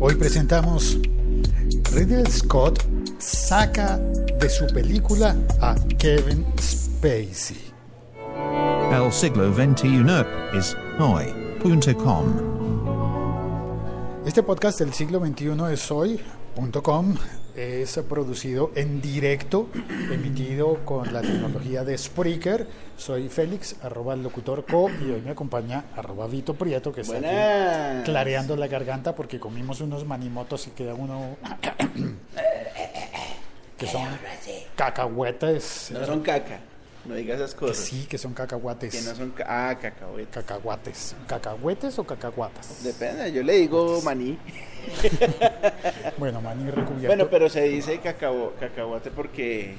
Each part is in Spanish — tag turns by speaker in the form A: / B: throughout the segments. A: Hoy presentamos Riddle Scott saca de su película a Kevin Spacey.
B: El siglo XXI es hoy.com.
A: Este podcast del siglo XXI es hoy.com. Es producido en directo, emitido con la tecnología de Spreaker. Soy Félix, arroba el locutor co, y hoy me acompaña arroba Vito Prieto, que está aquí
C: Buenas.
A: clareando la garganta porque comimos unos manimotos y queda uno que son cacahuetes.
C: No son caca. No digas esas
A: Que
C: cosas.
A: sí, que son
C: Que no
A: cacahuates.
C: son ca ah, cacahuete.
A: Cacahuates. ¿Cacahuetes o cacahuatas?
C: Depende, yo le digo maní.
A: Bueno, maní recubierto.
C: Bueno, pero se dice cacao- cacahuate porque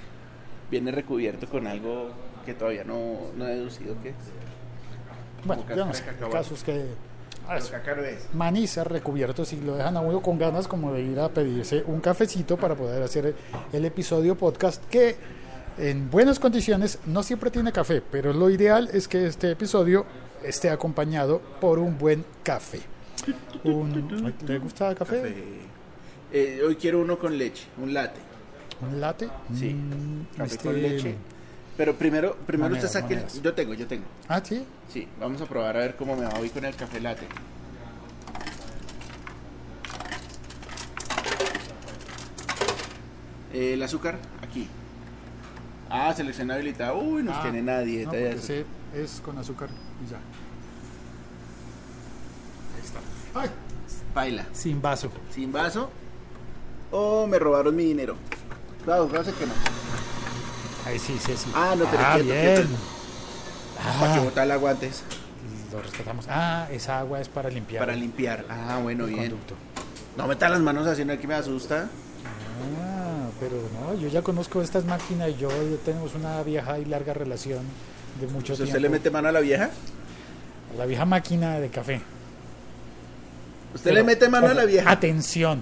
C: viene recubierto con algo que todavía no, no he deducido qué es.
A: Bueno,
C: Como
A: yo no sé.
C: cáscara de
A: El
C: cacahuate.
A: caso es que. ah,
C: Pero
A: eso.
C: caca no es.
A: Maní se ha recubierto si lo dejan a uno con ganas como de ir a pedirse un cafecito para poder hacer el episodio podcast que en buenas condiciones no siempre tiene café, pero lo ideal es que este episodio esté acompañado por un buen café. Un, ¿Te gusta el café?
C: Café. Eh, hoy quiero uno con leche, un latte.
A: ¿Un latte?
C: Sí,
A: Mm,
C: café
A: este-
C: con leche. Pero primero, primero
A: Maneras,
C: usted saque. el-
A: maneras.
C: Yo tengo, yo tengo.
A: Ah, sí.
C: Sí, vamos a probar a ver cómo me va hoy con el café latte. Eh, El azúcar, aquí. Ah, selección habilitada. Uy, nos
A: Ah,
C: tiene nadie.
A: No, porque ese es con azúcar y ya. Ay,
C: Baila.
A: sin vaso.
C: Sin vaso. O me robaron mi dinero. Claro, claro que no.
A: Ahí sí, sí, sí.
C: Ah, no, pero
A: Ah,
C: quieto,
A: bien.
C: quieto. Para
A: Ah.
C: que botar el aguantes.
A: Lo rescatamos. Ah, esa agua es para limpiar
C: Para limpiar. Ah, bueno,
A: el
C: bien.
A: conducto.
C: No metas las manos así, no que me asusta.
A: Ah, pero no, yo ya conozco estas máquinas y yo tenemos una vieja y larga relación de mucho
C: Entonces,
A: tiempo.
C: ¿Usted le mete mano a la vieja?
A: A La vieja máquina de café.
C: ¿Usted le
A: Pero, Ah,
C: mete mano a
A: ojo,
C: la vieja?
A: Atención.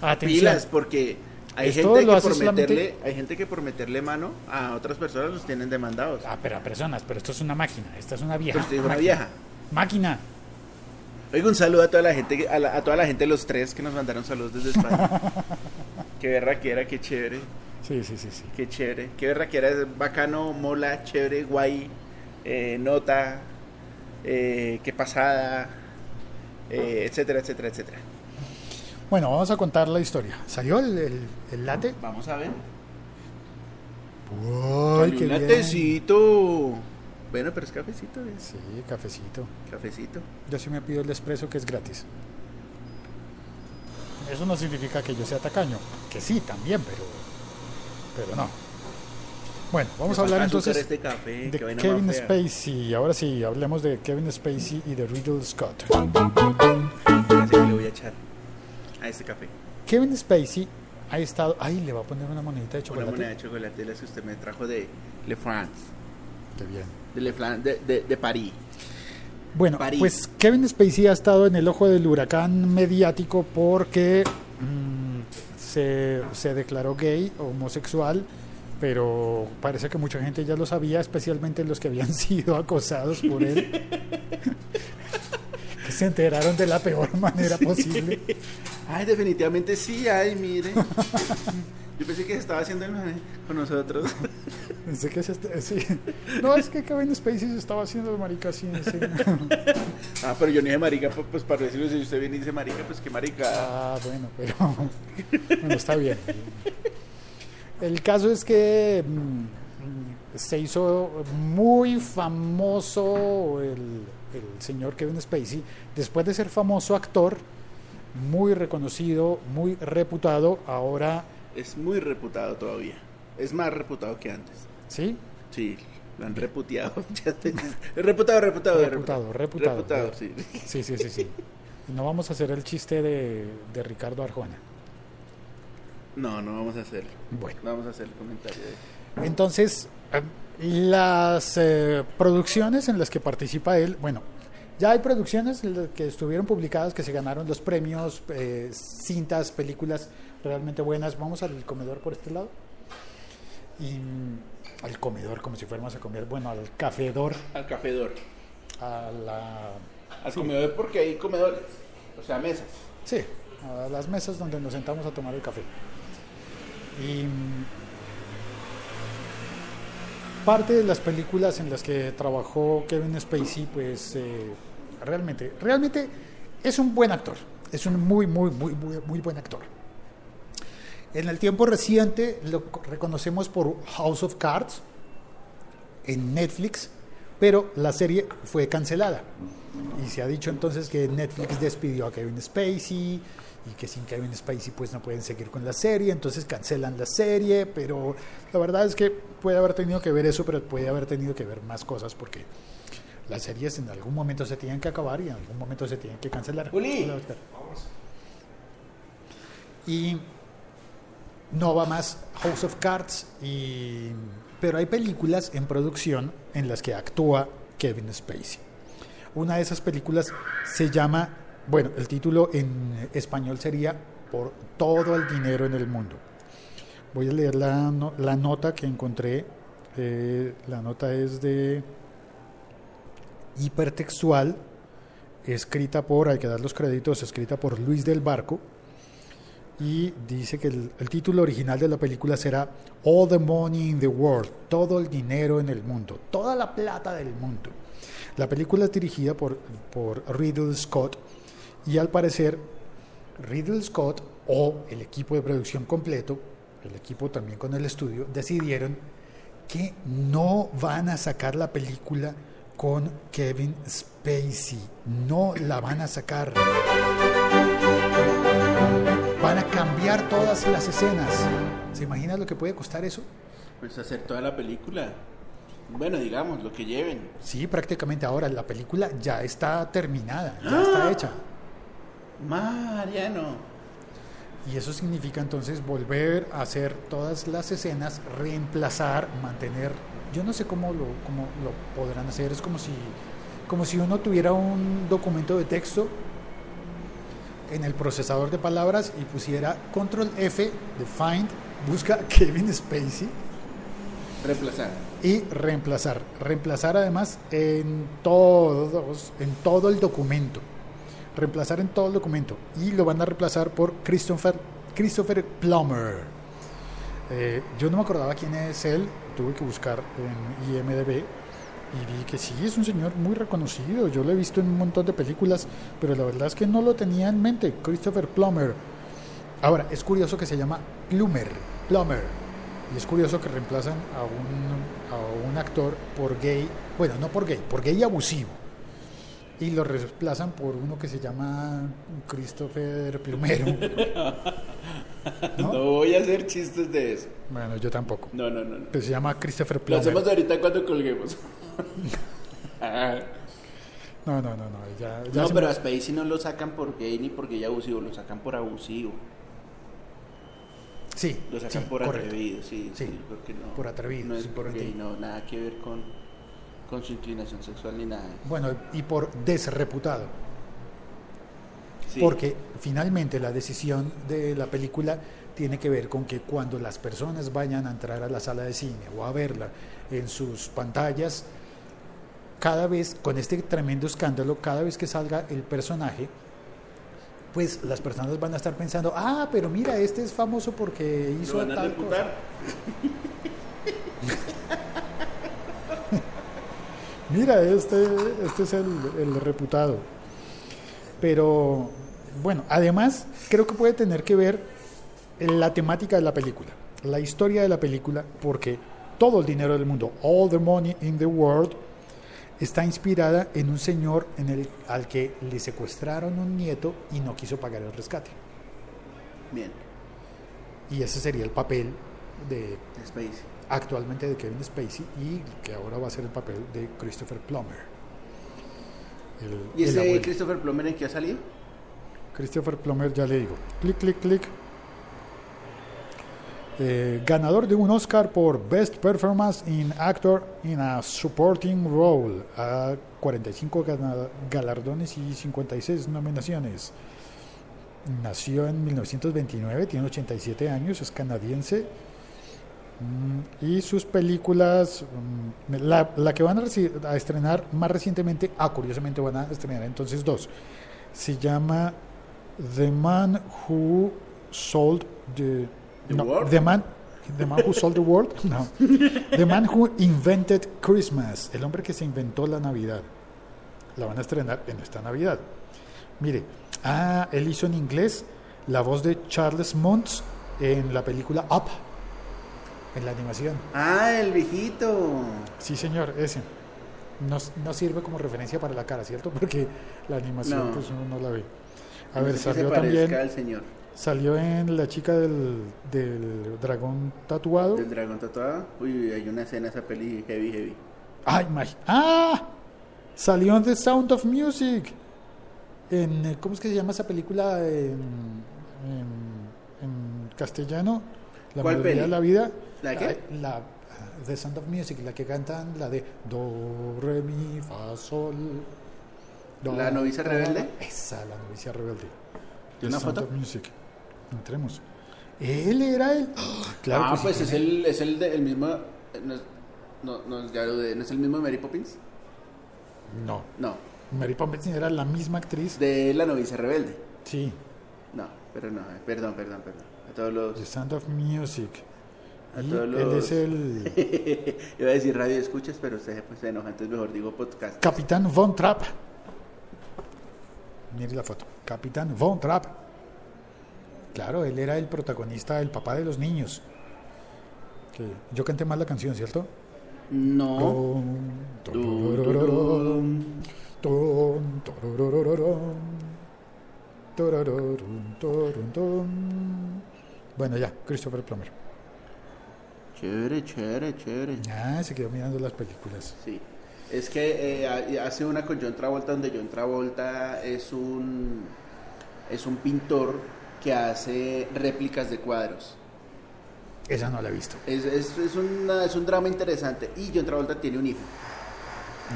A: Atención.
C: pilas porque hay
A: Esto
C: gente que
A: lo hace
C: por
A: solamente-
C: meterle hay gente que por meterle mano a otras personas los tienen demandados.
A: Ah, pero a personas, pero esto es una máquina, esta es una vieja.
C: Pero usted dijo una
A: máquina.
C: vieja.
A: Máquina.
C: Oiga, un saludo a toda la gente que- a, la- a toda la gente los tres que nos mandaron saludos desde España. qué berraquera, qué chévere,
A: Sí, sí, sí, sí.
C: qué chévere. Qué berraquera, es bacano, mola, chévere, guay, eh, nota, eh, qué pasada, eh, etcétera, etcétera, etcétera.
A: Bueno, vamos a contar la historia. ¿Salió el, el, el late?
C: Vamos a ver.
A: Uy, qué
C: un
A: bien.
C: latecito. Bueno, pero es cafecito, es
A: Sí, cafecito.
C: cafecito.
A: Yo sí me pido el expreso que es gratis. Eso no significa que yo sea tacaño, que sí también, pero, pero no. Bueno, vamos a
C: Le
A: hablar
C: falta
A: entonces
C: azúcar a este café,
A: de
C: qué vaina más
A: Kevin
C: fea.
A: Spacey. Ahora sí, hablemos de Kevin Spacey y de Riddle Scott.
C: Así que le voy a echar a este café.
A: Kevin Spacey ha estado. Ay, le va a poner una monedita de
C: Una
A: chocolate.
C: moneda de chocolate las que usted me trajo de Le France,
A: Qué bien.
C: de, Le Flan- de, de- de París.
A: Bueno,
C: París.
A: pues Kevin Spacey ha estado en el ojo del huracán mediático porque mm, se, se declaró gay, homosexual, pero parece que mucha gente ya lo sabía, especialmente los que habían sido acosados por él. que se enteraron de la peor manera posible.
C: Ay, definitivamente sí, ay, mire. Yo pensé que se estaba haciendo el mané con nosotros.
A: Pensé que se est- sí. No, es que Kevin Spacey se estaba haciendo marica sí, sí.
C: Ah, pero yo ni dije marica, pues pues, para decirlo, si usted viene y dice marica, pues qué marica.
A: Ah, bueno, pero bueno, está bien. El caso es que mm, se hizo muy famoso el, el señor Kevin Spacey, después de ser famoso actor, muy reconocido, muy reputado, ahora,
C: Es muy reputado todavía. Es más reputado que antes.
A: ¿sí?
C: Sí, lo han reputeado. Ya te- reputado, reputado,
A: Reputado, reputado.
C: Reputado, sí.
A: Sí, sí, sí, sí. Y No vamos a hacer el chiste de, de Ricardo Arjona.
C: No, no vamos a hacerlo.
A: Bueno.
C: No vamos a hacer el comentario de...
A: Entonces, eh, las eh, producciones en las que participa él, bueno, ya hay producciones en las que estuvieron publicadas que se ganaron los premios, eh, cintas, películas realmente buenas. Vamos al comedor por este lado. Y mm, al comedor, como si fuéramos a comer, bueno, al cafedor,
C: Al cafedor.
A: a la...
C: Al comedor porque hay comedores, o sea, mesas.
A: Sí, a las mesas donde nos sentamos a tomar el café. Y mm, parte de las películas en las que trabajó Kevin Spacey, pues eh, realmente, realmente es un buen actor. Es un muy, muy, muy, muy, muy buen actor. En el tiempo reciente lo reconocemos por House of Cards en Netflix, pero la serie fue cancelada. Y se ha dicho entonces que Netflix despidió a Kevin Spacey y que sin Kevin Spacey pues no pueden seguir con la serie, entonces cancelan la serie, pero la verdad es que puede haber tenido que ver eso, pero puede haber tenido que ver más cosas porque las series en algún momento se tienen que acabar y en algún momento se tienen que cancelar.
C: Juli.
A: Hola, Oscar. Y no va más House of Cards y pero hay películas en producción en las que actúa Kevin Spacey. Una de esas películas se llama, bueno, el título en español sería Por todo el dinero en el mundo. Voy a leer la, no- la nota que encontré. Eh, la nota es de hipertextual, escrita por, hay que dar los créditos, escrita por Luis del Barco y dice que el, el título original de la película será All the Money in the World, todo el dinero en el mundo, toda la plata del mundo. La película es dirigida por, por Riddle Scott y al parecer Riddle Scott o el equipo de producción completo, el equipo también con el estudio, decidieron que no van a sacar la película con Kevin Spacey, no la van a sacar van a cambiar todas las escenas. ¿Se imagina lo que puede costar eso?
C: Pues hacer toda la película. Bueno, digamos, lo que lleven.
A: Sí, prácticamente ahora la película ya está terminada, ya está hecha.
C: Mariano.
A: Y eso significa entonces volver a hacer todas las escenas, reemplazar, mantener. Yo no sé cómo lo, cómo lo podrán hacer. Es como si, como si uno tuviera un documento de texto en el procesador de palabras y pusiera control F de find, busca Kevin Spacey.
C: Reemplazar.
A: y reemplazar. Reemplazar además en todos, en todo el documento. Reemplazar en todo el documento. Y lo van a reemplazar por Christopher, Christopher Plummer. Eh, yo no me acordaba quién es él, tuve que buscar en IMDB y vi que sí, es un señor muy reconocido, yo lo he visto en un montón de películas, pero la verdad es que no lo tenía en mente, Christopher Plummer. Ahora, es curioso que se llama Plummer, Plummer, y es curioso que reemplazan a un, a un actor por gay, bueno, no por gay, por gay abusivo, y lo reemplazan por uno que se llama Christopher Plumero.
C: ¿No? voy a hacer chistes de eso.
A: Bueno, yo tampoco.
C: No, no, no. no.
A: Que se llama Christopher
C: Lo
A: Plummer.
C: hacemos ahorita cuando colguemos. Ah.
A: No, no, no, no. Ya, ya
C: no,
A: se
C: pero a
A: me-
C: Spacey no lo sacan por gay ni por gay abusivo, lo sacan por abusivo.
A: Sí,
C: Lo
A: sí,
C: sacan por
A: correcto.
C: atrevido, sí,
A: Sí,
C: sí, porque no.
A: por atrevido,
C: No es
A: sí, por
C: por gay,
A: atrevido.
C: no, nada que ver con, con su inclinación sexual ni nada.
A: Bueno, y por desreputado.
C: Sí.
A: Porque finalmente la decisión de la película tiene que ver con que cuando las personas vayan a entrar a la sala de cine o a verla en sus pantallas, cada vez, con este tremendo escándalo, cada vez que salga el personaje, pues las personas van a estar pensando, ah, pero mira, este es famoso porque
C: Lo
A: hizo
C: van a
A: tal cosa.
C: reputar.
A: Mira, este, este es el, el reputado. Pero, bueno, además creo que puede tener que ver la temática de la película, la historia de la película, porque todo el dinero del mundo, all the money in the world, está inspirada en un señor en el, al que le secuestraron un nieto y no quiso pagar el rescate.
C: Bien,
A: Y ese sería el papel de
C: Spacey.
A: actualmente de Kevin Spacey y que ahora va a ser el papel de Christopher Plummer. El-
C: ¿Y
A: el
C: ese
A: abuelo.
C: Christopher Plummer en qué ha salido?
A: Christopher Plummer, ya le digo. Clic, clic, clic. Eh, ganador de un Oscar por Best Performance in Actor in a Supporting Role. A 45 gana- galardones y 56 nominaciones. Nació en 1929, tiene 87 años, es canadiense. Mm, Y sus películas, mm, la, la que van a, reci- a estrenar más recientemente, ah, curiosamente van a estrenar entonces dos. Se llama The Man Who Sold the,
C: The
A: no,
C: World?
A: The Man The Man Who Sold the World, no. The Man Who Invented Christmas, el hombre que se inventó la Navidad. La van a estrenar en esta Navidad. Mire, ah, él hizo en inglés la voz de Charles Mons en la película Up, en la animación.
C: Ah, el viejito.
A: Sí, señor, ese. No, no sirve como referencia para la cara, ¿cierto? Porque la animación
C: No.
A: pues uno no la ve. A
C: No
A: ver,
C: sé si
A: salió
C: se parezca
A: también,
C: al señor
A: salió en La chica del, del dragón tatuado.
C: del dragón tatuado. Uy, hay una escena esa peli heavy, heavy.
A: Ay, imagi- ¡Ah! Salió en The Sound of Music. En, eh, ¿Cómo es que se llama esa película en, en- en castellano? La
C: ¿Cuál
A: melodía
C: peli?
A: de la vida.
C: ¿La qué?
A: La, la- The Sound of Music, la que cantan la de Do, Re, Mi, Fa, Sol. Do,
C: ¿La novicia
A: Fa,
C: rebelde?
A: Esa, la novicia rebelde.
C: ¿Y una
A: The Sound
C: foto?
A: of Music. Entremos. Él era el. Claro
C: ah,
A: que sí,
C: pues es
A: tiene-
C: el, es el, de- el mismo. eh, No, es- no, no, ya dudé, ¿no es el mismo de Mary Poppins?
A: No.
C: No.
A: Mary Poppins era la misma actriz.
C: De La novicia rebelde.
A: Sí.
C: No, pero no, eh, perdón, perdón, perdón. A todos los.
A: The Sound of Music.
C: A
A: Y
C: todos
A: Él
C: los-
A: es el
C: Iba a decir radio escuchas, pero usted se- pues, se enoja, entonces mejor digo podcast.
A: Capitán Von Trapp. Mire la foto. Capitán Von Trapp. Claro, él era el protagonista, el papá de los niños. Que yo canté mal la canción, ¿cierto?
C: No.
A: Tom,
C: Dun,
A: tororororón,
C: dun,
A: tom, tororororón, torororón, torun, ton. Bueno, ya, Christopher Plummer.
C: dun. Chévere, chévere, chévere.
A: Ah, se quedó mirando las películas.
C: Sí. Es que eh, ha- hace una con John Travolta donde John Travolta es un es un pintor que hace réplicas de cuadros.
A: Esa no la he visto.
C: Es, es, es una- es un drama interesante. Y John Travolta tiene un hijo.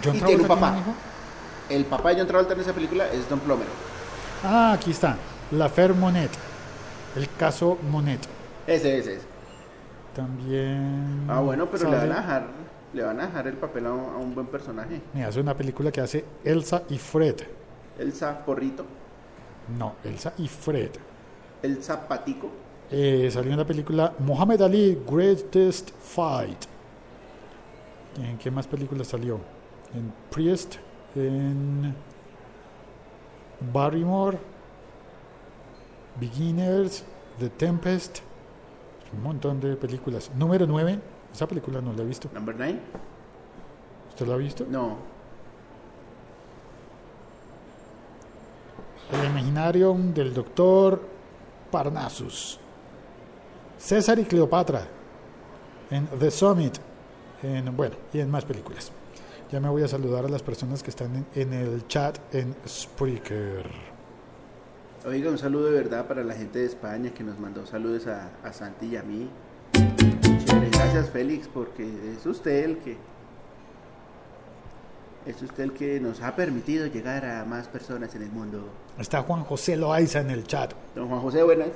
A: John
C: Y tiene un
A: Travolta
C: papá.
A: un hijo?
C: El papá de John Travolta en esa película es Don Plomero.
A: Ah, aquí está. La Fer Monet. El caso Monet.
C: Ese, ese, ese.
A: También.
C: Ah, bueno, pero le
A: sale-
C: van a dejar, le van a dejar el papel a un, a un buen personaje.
A: Me hace una película que hace Elsa y Fred.
C: El zaporrito,
A: No, Elsa y Fred.
C: el zapatico.
A: Eh, salió en la película Mohamed Ali, Greatest Fight. ¿En qué más películas salió? En Priest, en Barrymore, Beginners, The Tempest. Un montón de películas. Número 9. Esa película no la he visto.
C: Number 9?
A: ¿Usted la ha visto?
C: No.
A: El Imaginarium del Doctor Parnassus. César y Cleopatra. En The Summit. En, bueno, y en más películas. Ya me voy a saludar a las personas que están en, en el chat en Spreaker.
C: Oiga, un saludo de verdad para la gente de España que nos mandó saludos a, a Santi y a mí. Chévere, gracias Félix, porque es usted el que. Es usted el que nos ha permitido llegar a más personas en el mundo.
A: Está Juan José Loaiza en el chat.
C: Don Juan José, buenas.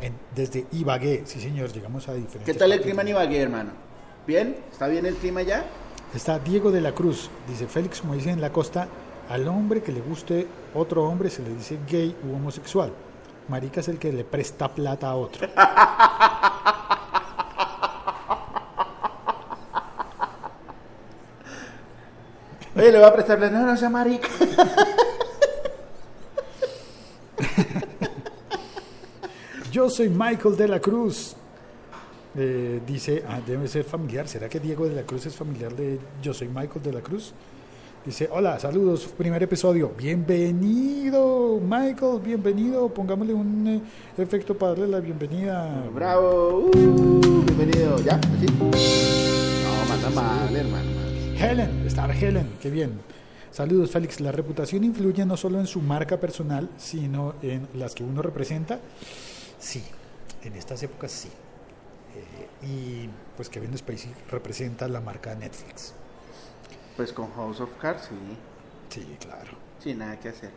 A: en- desde Ibagué. Sí, señor, llegamos a diferentes.
C: ¿Qué tal el
A: partes
C: clima en
A: del-
C: Ibagué, hermano? ¿Bien? ¿Está bien el clima ya?
A: Está Diego de la Cruz, dice Félix Moisés en la costa, al hombre que le guste otro hombre se le dice gay u homosexual. Marica es el que le presta plata a otro.
C: Oye, le voy a prestar plata. No, no sea marica.
A: Yo soy Michael de la Cruz. Eh, dice, ah, debe ser familiar. ¿Será que Diego de la Cruz es familiar de Yo soy Michael de la Cruz? Dice, hola, saludos, primer episodio. Bienvenido, Michael, bienvenido. Pongámosle un eh, efecto para darle la bienvenida.
C: Bravo. uh, bienvenido. ¿Ya? ¿Así? No, manda mal, hermano.
A: Helen, estar Helen, qué bien. Saludos, Félix. La reputación influye no solo en su marca personal, sino en las que uno representa. Sí, en estas épocas sí. Eh, y pues Kevin Spacey representa la marca Netflix.
C: Pues con House of Cards, sí.
A: Sí, claro.
C: Sin nada que hacer.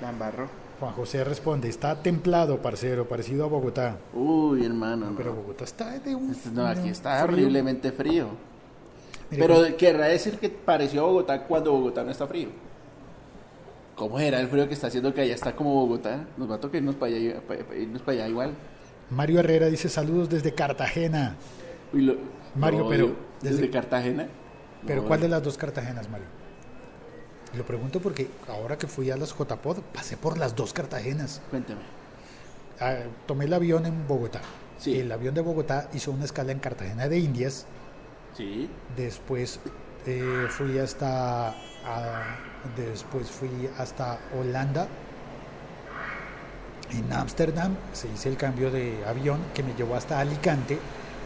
C: Lambarro.
A: Juan José responde, está templado, parcero, parecido a Bogotá.
C: Uy, hermano. No, Este,
A: Pero Bogotá está de un...
C: No, aquí está
A: frío.
C: horriblemente frío.
A: Mire,
C: Pero querrá decir que pareció a Bogotá cuando Bogotá no está frío. ¿Cómo será el frío que está haciendo que allá está como Bogotá? Nos va a tocar irnos para allá, pa- pa- irnos para allá igual.
A: Mario Herrera dice saludos desde Cartagena.
C: Uy, lo-
A: Mario,
C: no,
A: pero
C: yo- Desde,
A: desde-
C: Cartagena.
A: Pero
C: No, eh.
A: ¿cuál de las dos Cartagenas, Mario? Lo pregunto porque ahora que fui a las JPod, pasé por las dos Cartagenas.
C: Cuéntame.
A: Ah, tomé el avión en Bogotá.
C: Sí.
A: El avión de Bogotá hizo una escala en Cartagena de Indias.
C: Sí.
A: Después eh, fui hasta a- después fui hasta Holanda. En Ámsterdam se hizo el cambio de avión que me llevó hasta Alicante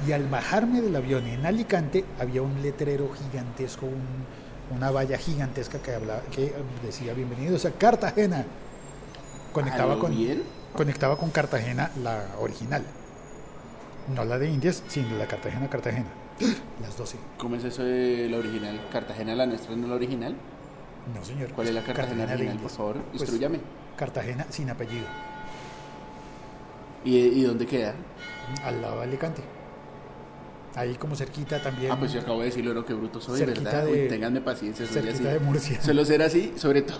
A: y al bajarme del avión en Alicante había un letrero gigantesco, un- una valla gigantesca que hablaba, que decía bienvenidos a Cartagena.
C: ¿A
A: Conectaba
C: lo
A: con
C: bien?
A: conectaba con Cartagena la original. No la de Indias, sino la Cartagena Cartagena. Las dos sí.
C: ¿Cómo es eso de la original? ¿Cartagena la nuestra no la original?
A: No, señor.
C: ¿Cuál es la Cartagena,
A: de
C: original? Por
A: Indias.
C: favor,
A: Pues,
C: instruyame.
A: Cartagena sin apellido,
C: ¿Y, y dónde queda?
A: al lado de Alicante. Ahí como cerquita también.
C: Ah, pues yo acabo de decirlo, lo que bruto soy,
A: Cerquita
C: ¿verdad?
A: de-
C: Uy, ténganme paciencia, soy
A: cerquita de
C: así.
A: Murcia.
C: Suelo ser así, sobre todo.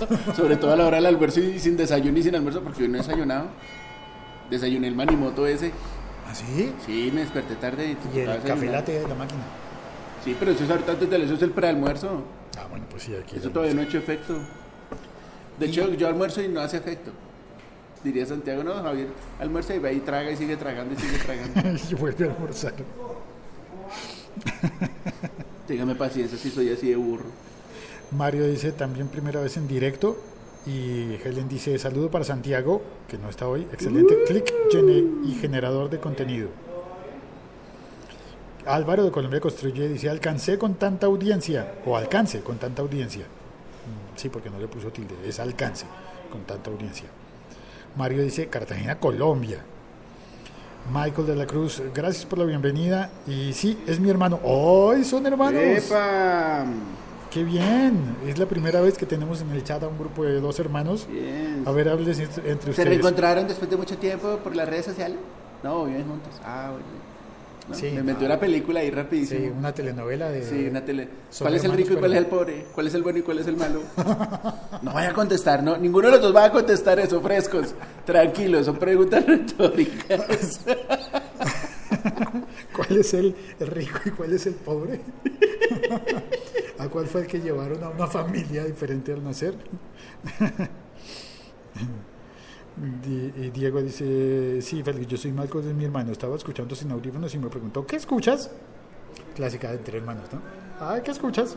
C: sobre todo a la hora del almuerzo y sin desayuno y sin almuerzo, porque hoy no he desayunado. Desayuné el manimoto ese.
A: ¿Ah, sí?
C: Sí, me desperté tarde.
A: Y el
C: tocaba
A: café
C: desayunar.
A: latte de la máquina.
C: Sí, pero eso es ahorita antes del eso es el prealmuerzo.
A: Ah, bueno, pues sí, aquí.
C: Eso todavía no ha hecho efecto. De hecho, yo almuerzo y no hace efecto. Diría Santiago, no, Javier, almuerza y va y traga y sigue tragando y sigue tragando.
A: y vuelve a almorzar.
C: Téngame paciencia si soy así de burro.
A: Mario dice también primera vez en directo. Y Helen dice saludo para Santiago, que no está hoy. Excelente click gene- y generador de contenido. Álvaro de Colombia Construye dice alcancé con tanta audiencia o alcance con tanta audiencia. Mm, Sí, porque no le puso tilde, es alcance con tanta audiencia. Mario dice Cartagena, Colombia. Michael de la Cruz, gracias por la bienvenida. Y sí, es mi hermano. ¡Hoy son hermanos!
C: ¡Epa!
A: ¡Qué bien! Es la primera vez que tenemos en el chat a un grupo de dos hermanos.
C: Bien.
A: A ver, hables ent- entre
C: ¿Se
A: ustedes.
C: reencontraron después de mucho tiempo por las redes sociales? No, viven juntos. Ah, bueno. No,
A: Sí,
C: me
A: no.
C: metió una película ahí
A: Sí,
C: rapidísimo.
A: una telenovela de...
C: Sí, una tele.
A: Son
C: ¿Cuál es el
A: hermanos,
C: rico y cuál es
A: pero-
C: el pobre? ¿Cuál es el bueno y cuál es el malo? No vaya a contestar, no. Ninguno de los dos va a contestar eso, frescos. Tranquilos, son preguntas retóricas.
A: ¿Cuál es el, el rico y cuál es el pobre? ¿A cuál fue el que llevaron a una familia diferente al nacer? Di- y Diego dice, sí, Félix, yo soy Marcos, es mi hermano. Estaba escuchando sin audífonos y me preguntó, ¿qué escuchas? Clásica de entre hermanos, ¿no? Ay, ¿qué escuchas?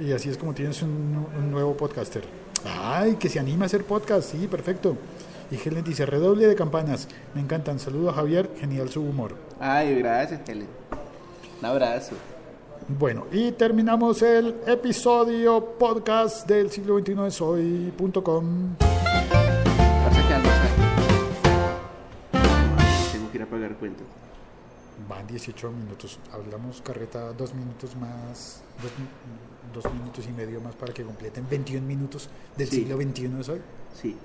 A: Y así es como tienes un, un nuevo podcaster. Ay, que se anima a hacer podcast, sí, perfecto. Y Helen dice, redoble de campanas. Me encantan, saludo a Javier, genial su humor.
C: Ay, gracias, Helen. Un abrazo.
A: Bueno, y terminamos el episodio podcast del siglo XXI en soy.com.
C: Parece que almorzar. Tengo que ir a pagar cuentas.
A: Van 18 minutos. Hablamos carreta dos minutos más, dos, mi- dos minutos y medio más para que completen 21 minutos del
C: Sí.
A: siglo XXI de soy.
C: Sí.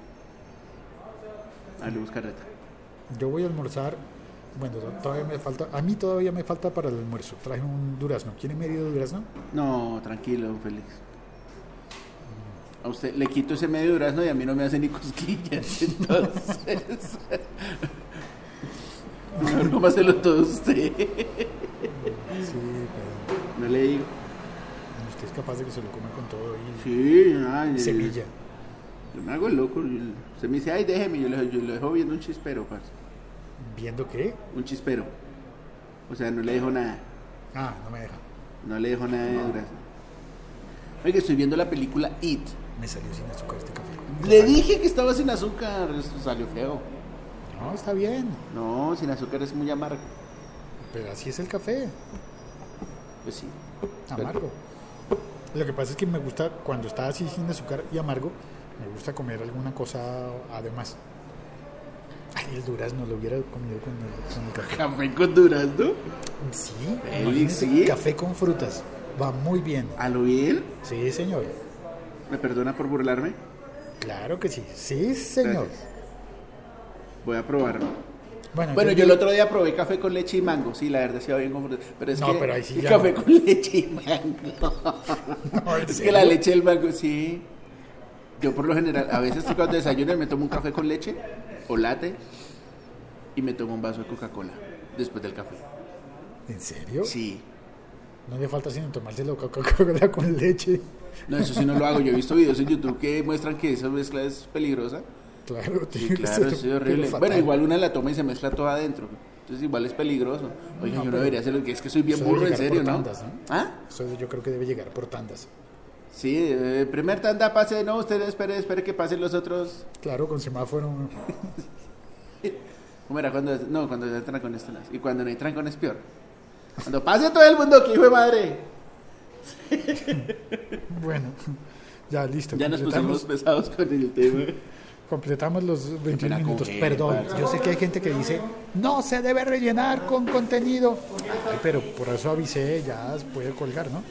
C: Hablemos carreta.
A: Yo voy a almorzar. Bueno, to- todavía me falta. A mí todavía me falta para el almuerzo. Traje un durazno. ¿Quiere medio durazno?
C: No, tranquilo, don Félix. A usted le quito ese medio durazno y a mí no me hace ni cosquillas. Entonces, mejor cómaselo todo usted.
A: Sí, pero
C: No le digo.
A: usted es capaz de que se lo coma con todo y
C: Sí, ay,
A: semilla.
C: Yo me hago el loco. yo- Usted me dice, ay, déjeme. Yo lo, yo lo dejo viendo un chispero, parce.
A: ¿Viendo qué?
C: Un chispero. O sea, no le dejo nada.
A: Ah, no me deja.
C: No le dejo nada de durazno. Oiga, estoy viendo la película It.
A: Me salió sin azúcar este café.
C: Le dije que estaba sin azúcar. Esto salió feo.
A: No, está bien.
C: No, sin azúcar es muy amargo.
A: Pero así es el café,
C: Pues sí.
A: amargo. Lo que pasa es que me gusta, cuando está así sin azúcar y amargo, me gusta comer alguna cosa además. Ay, el durazno lo hubiera comido con el, con el café.
C: Café con durazno.
A: Sí,
C: Félix,
A: imagínese,
C: ¿sí?
A: café con frutas. Va muy bien.
C: A lo bien.
A: Sí, señor.
C: ¿Me perdona por burlarme?
A: Claro que sí. Sí, señor.
C: Gracias. Voy a probarlo.
A: Bueno,
C: Bueno, yo
A: yo-
C: el otro día probé café con leche y mango. Sí, la verdad sí va bien con fruta. Pero es
A: No,
C: que
A: pero ahí sí
C: el
A: ya
C: café
A: no.
C: con leche y mango.
A: No, ¿en
C: es que
A: serio?
C: la leche del mango, sí. Yo por lo general, a veces cuando desayuno me tomo un café con leche o latte y me tomo un vaso de Coca-Cola después del café.
A: ¿En serio?
C: Sí.
A: No le falta sino tomarse la Coca-Cola con leche.
C: No, eso sí no lo hago. Yo he visto videos en YouTube que muestran que esa mezcla es peligrosa.
A: Claro,
C: Sí,
A: tiene que
C: claro,
A: ser-
C: eso es horrible.
A: pero
C: Bueno,
A: fatal.
C: igual una la toma y se mezcla toda adentro. Entonces igual es peligroso. Oye, yo no debería hacerlo, que es que soy bien
A: Eso debe
C: burro, en
A: llegar por
C: serio, ¿no?
A: tandas, ¿no?
C: ¿Ah?
A: Eso yo creo que debe llegar por tandas.
C: Sí, eh, primer tanda pase, no, usted espere, espere que pasen los otros.
A: Claro, con semáforo.
C: ¿Cómo era? Cuando, no, cuando hay trancones tenaz. Y cuando no hay trancones peor. Cuando pase todo el mundo, que hijo de madre.
A: Bueno, ya listo.
C: Ya nos
A: completamos-
C: pusimos pesados con el tema.
A: Completamos los 21
C: pena con
A: minutos.
C: él,
A: Perdón,
C: parce.
A: yo sé que hay gente que dice, no se debe rellenar con contenido. Ay, pero por eso avisé, ya puede colgar, ¿no?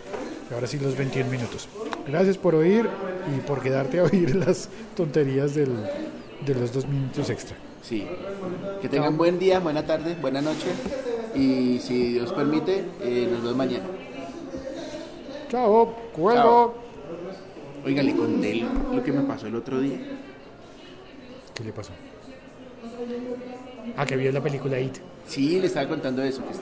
A: Y ahora sí los 21 minutos. Gracias por oír y por quedarte a oír las tonterías del, de los dos minutos extra.
C: Sí. Que tengan buen día, buena tarde, buena noche. Y si Dios permite, eh, nos vemos mañana.
A: Chao, cuelgo.
C: Chao. Oiga, le conté lo que me pasó el otro día.
A: ¿Qué le pasó? Ah, que vio la película It.
C: Sí, le estaba contando eso. que